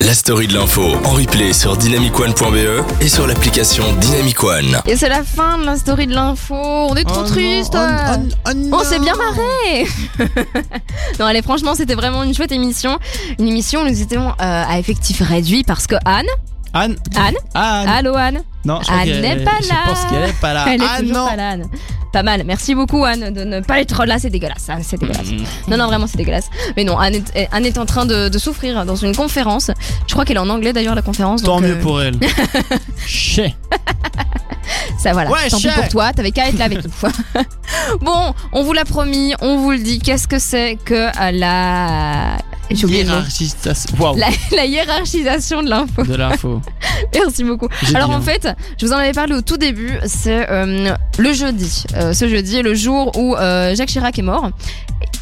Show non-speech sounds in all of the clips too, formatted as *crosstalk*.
la story de l'info en replay sur dynamicone.be E et sur l'application Dynamicone. Et c'est la fin de la story de l'info. On est trop Oh triste. on s'est bien marré. non, allez, franchement, c'était vraiment une chouette émission. Une émission où nous étions euh, à effectif réduit parce que Anne. Anne Anne Anne Allô, Anne Non, je, Ah, Anne crois qu'elle- n'est pas je là. pense qu'elle est pas là. Elle est ah toujours non pas là, Anne. Pas mal. Merci beaucoup, Anne, de ne pas être là. C'est dégueulasse. hein, C'est dégueulasse. Non, non, vraiment, c'est dégueulasse. Mais non, Anne est, Anne est en train de, de souffrir dans une conférence. Je crois qu'elle est en anglais d'ailleurs, la conférence. Tant donc, mieux euh, pour *laughs* elle. Chais. Ça voilà, Ouais, tant pis chef. pour toi, t'avais qu'à être là avec nous. *laughs* bon, on vous l'a promis, on vous le dit, qu'est-ce que c'est que euh, la... j'ai oublié le mot. Hiérarchisation. Waouh. La, *laughs* la hiérarchisation de l'info. De l'info. *laughs* Merci beaucoup. J'ai Alors dit, en hein. fait, je vous en avais parlé au tout début, c'est euh, le jeudi. Euh, ce jeudi, le jour où euh, Jacques Chirac est mort.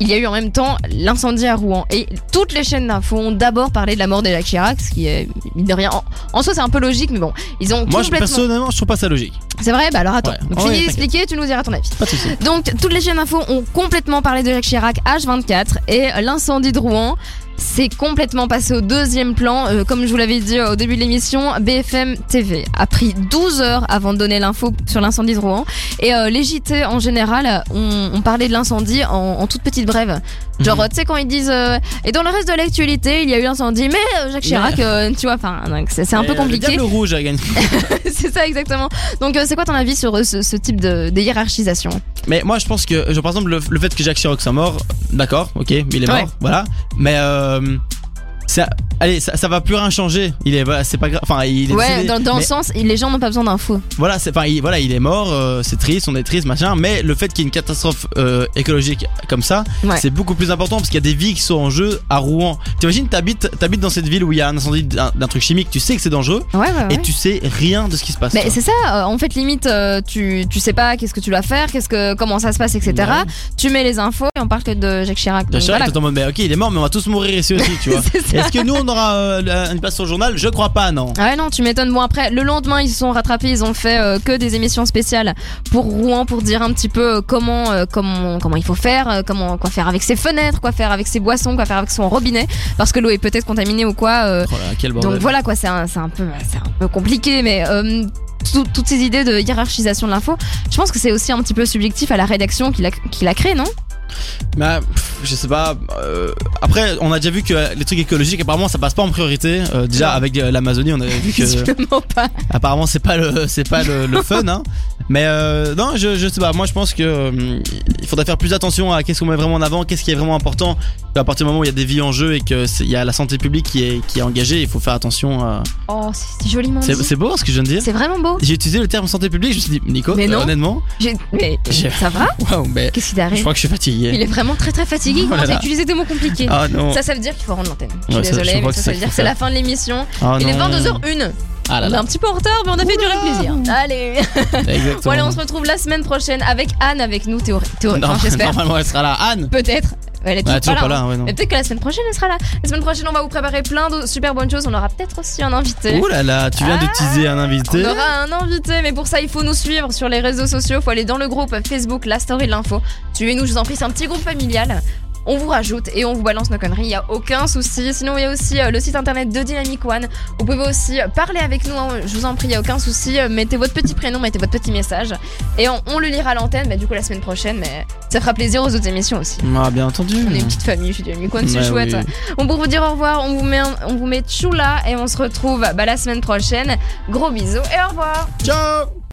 Il y a eu en même temps l'incendie à Rouen. Et toutes les chaînes d'infos ont d'abord parlé de la mort de Jacques Chirac, ce qui est, mine de rien, en, en soi c'est un peu logique, mais bon, ils ont Moi, je, complètement... personnellement, je trouve pas ça logique. C'est vrai Bah alors attends, Ouais. donc, Ouais, je vais t'inquiète. expliquer, tu nous diras ton avis. Pas de soucis. Donc, toutes les chaînes infos ont complètement parlé de Jacques Chirac H24 et l'incendie de Rouen. s'est complètement passé au deuxième plan. Euh, comme je vous l'avais dit au début de l'émission, BFM TV a pris 12 heures avant de donner l'info sur l'incendie de Rouen. Et euh, les JT en général euh, ont, ont parlé de l'incendie en, en toute petite brève. Genre, Mhm. tu sais, quand ils disent. euh, et dans le reste de l'actualité, il y a eu l'incendie, mais euh, Jacques Chirac, euh, tu vois, enfin, donc c'est c'est un peu Euh, compliqué. Le diable rouge, elle gagne. *laughs* c'est ça, exactement. Donc, euh, c'est quoi ton avis sur euh, ce, ce type de, de hiérarchisation Mais moi, je pense que, genre, par exemple, le, le fait que Jacques Chirac soit mort, d'accord, ok, il est mort, Ouais. voilà. Mais euh, ça, allez, ça, ça va plus rien changer. Il est, voilà, c'est pas grave. Enfin, il est Ouais, décédé, dans, dans mais le sens, il- les gens n'ont pas besoin d'infos. Voilà, c'est, enfin, il, voilà, il est mort. euh, c'est triste, on est triste, machin. Mais le fait qu'il y ait une catastrophe euh, écologique comme ça, Ouais. c'est beaucoup plus important parce qu'il y a des vies qui sont en jeu à Rouen. T'imagines, t'habites, t'habites dans cette ville où il y a un incendie d'un, d'un truc chimique. Tu sais que c'est dangereux Ouais, ouais, ouais. et tu sais rien de ce qui se passe. Mais quoi. c'est ça, euh, en fait, limite, euh, tu, tu sais pas qu'est-ce que tu dois faire, qu'est-ce que, comment ça se passe, etc. Ouais. Tu mets les infos et on parle que de Jacques Chirac. Jacques Donc Chirac, voilà. t'es en mode, mais ok, il est mort, mais on va tous mourir ici aussi, *laughs* tu vois. C'est ça. Est-ce que nous on aura euh, une place sur le journal Je crois pas, non. Ah ouais, non, tu m'étonnes. Bon, après, le lendemain, ils se sont rattrapés, ils ont fait euh, que des émissions spéciales pour Rouen pour dire un petit peu euh, comment, euh, comment, comment il faut faire, euh, comment, quoi faire avec ses fenêtres, quoi faire avec ses boissons, quoi faire avec son robinet, parce que l'eau est peut-être contaminée ou quoi. euh, Oh là, quel bordel. Donc voilà quoi, c'est un, c'est un, peu- c'est un peu compliqué, mais euh, tout- toutes ces idées de hiérarchisation de l'info, je pense que c'est aussi un petit peu subjectif à la rédaction qui l'a qui l'a créé, non Bah, pff, je sais pas. euh, après, on a déjà vu que euh, les trucs écologiques, apparemment, ça passe pas en priorité. Euh, déjà Non. avec euh, l'Amazonie, on avait vu *laughs* que Visiblement pas. apparemment c'est pas le c'est pas le, le fun. Hein. Mais euh, non, je, je sais pas. Moi, je pense que euh, il faudrait faire plus attention à qu'est-ce qu'on met vraiment en avant, qu'est-ce qui est vraiment important. À partir du moment où il y a des vies en jeu et que c'est- il y a la santé publique qui est qui est engagée, il faut faire attention. à- Oh, c'est c'est joliment C'est dit. c'est beau ce que je viens de dire. C'est vraiment beau. J'ai utilisé le terme santé publique. Je me suis dit, Nico, Mais euh, non. honnêtement, J'ai- Mais J'ai- ça va waouh, mais Qu'est-ce qui je t'arrive crois que je suis fatigué. Il est vraiment très très fatigué. Il Oh là commence à là. utiliser des mots compliqués. Ah non. Ça, ça veut dire qu'il faut rendre l'antenne. Je suis Ouais, ça, je désolée, crois mais ça, que c'est ça ça veut qu'il dire que faut c'est faire. la fin de l'émission. Ah Il est non. 22h01. Ah là On est là. un petit peu en retard, mais on a fait durer le plaisir. Allez Exactement. Bon, allez, on se retrouve la semaine prochaine avec Anne avec nous, théorie. théorie- Non, enfin, j'espère. Normalement, elle sera là. Anne Peut-être. Elle est Ouais, toujours, toujours pas là. hein. ouais, non. Mais peut-être que la semaine prochaine, elle sera là. La semaine prochaine, on va vous préparer plein de super bonnes choses. On aura peut-être aussi un invité. Ouh là là, tu viens de teaser un invité. Ah, On aura un invité, mais pour ça, il faut nous suivre sur les réseaux sociaux. Il faut aller dans le groupe Facebook La Story de l'Info. Suivez-nous, je vous en prie, c'est un petit groupe familial. On vous rajoute et on vous balance nos conneries, il n'y a aucun souci. Sinon, il y a aussi euh, le site internet de Dynamic One. Vous pouvez aussi euh, parler avec nous, hein. je vous en prie, il n'y a aucun souci. Euh, Mettez votre petit prénom, mettez votre petit message. Et on, on le lira à l'antenne, bah, du coup, la semaine prochaine. Mais ça fera plaisir aux autres émissions aussi. Ah, bien entendu. On est une petite famille chez Dynamic One, c'est Bah chouette. oui. Bon, pour vous dire au revoir, on vous met, on vous met Chula et on se retrouve bah, la semaine prochaine. Gros bisous et au revoir. Ciao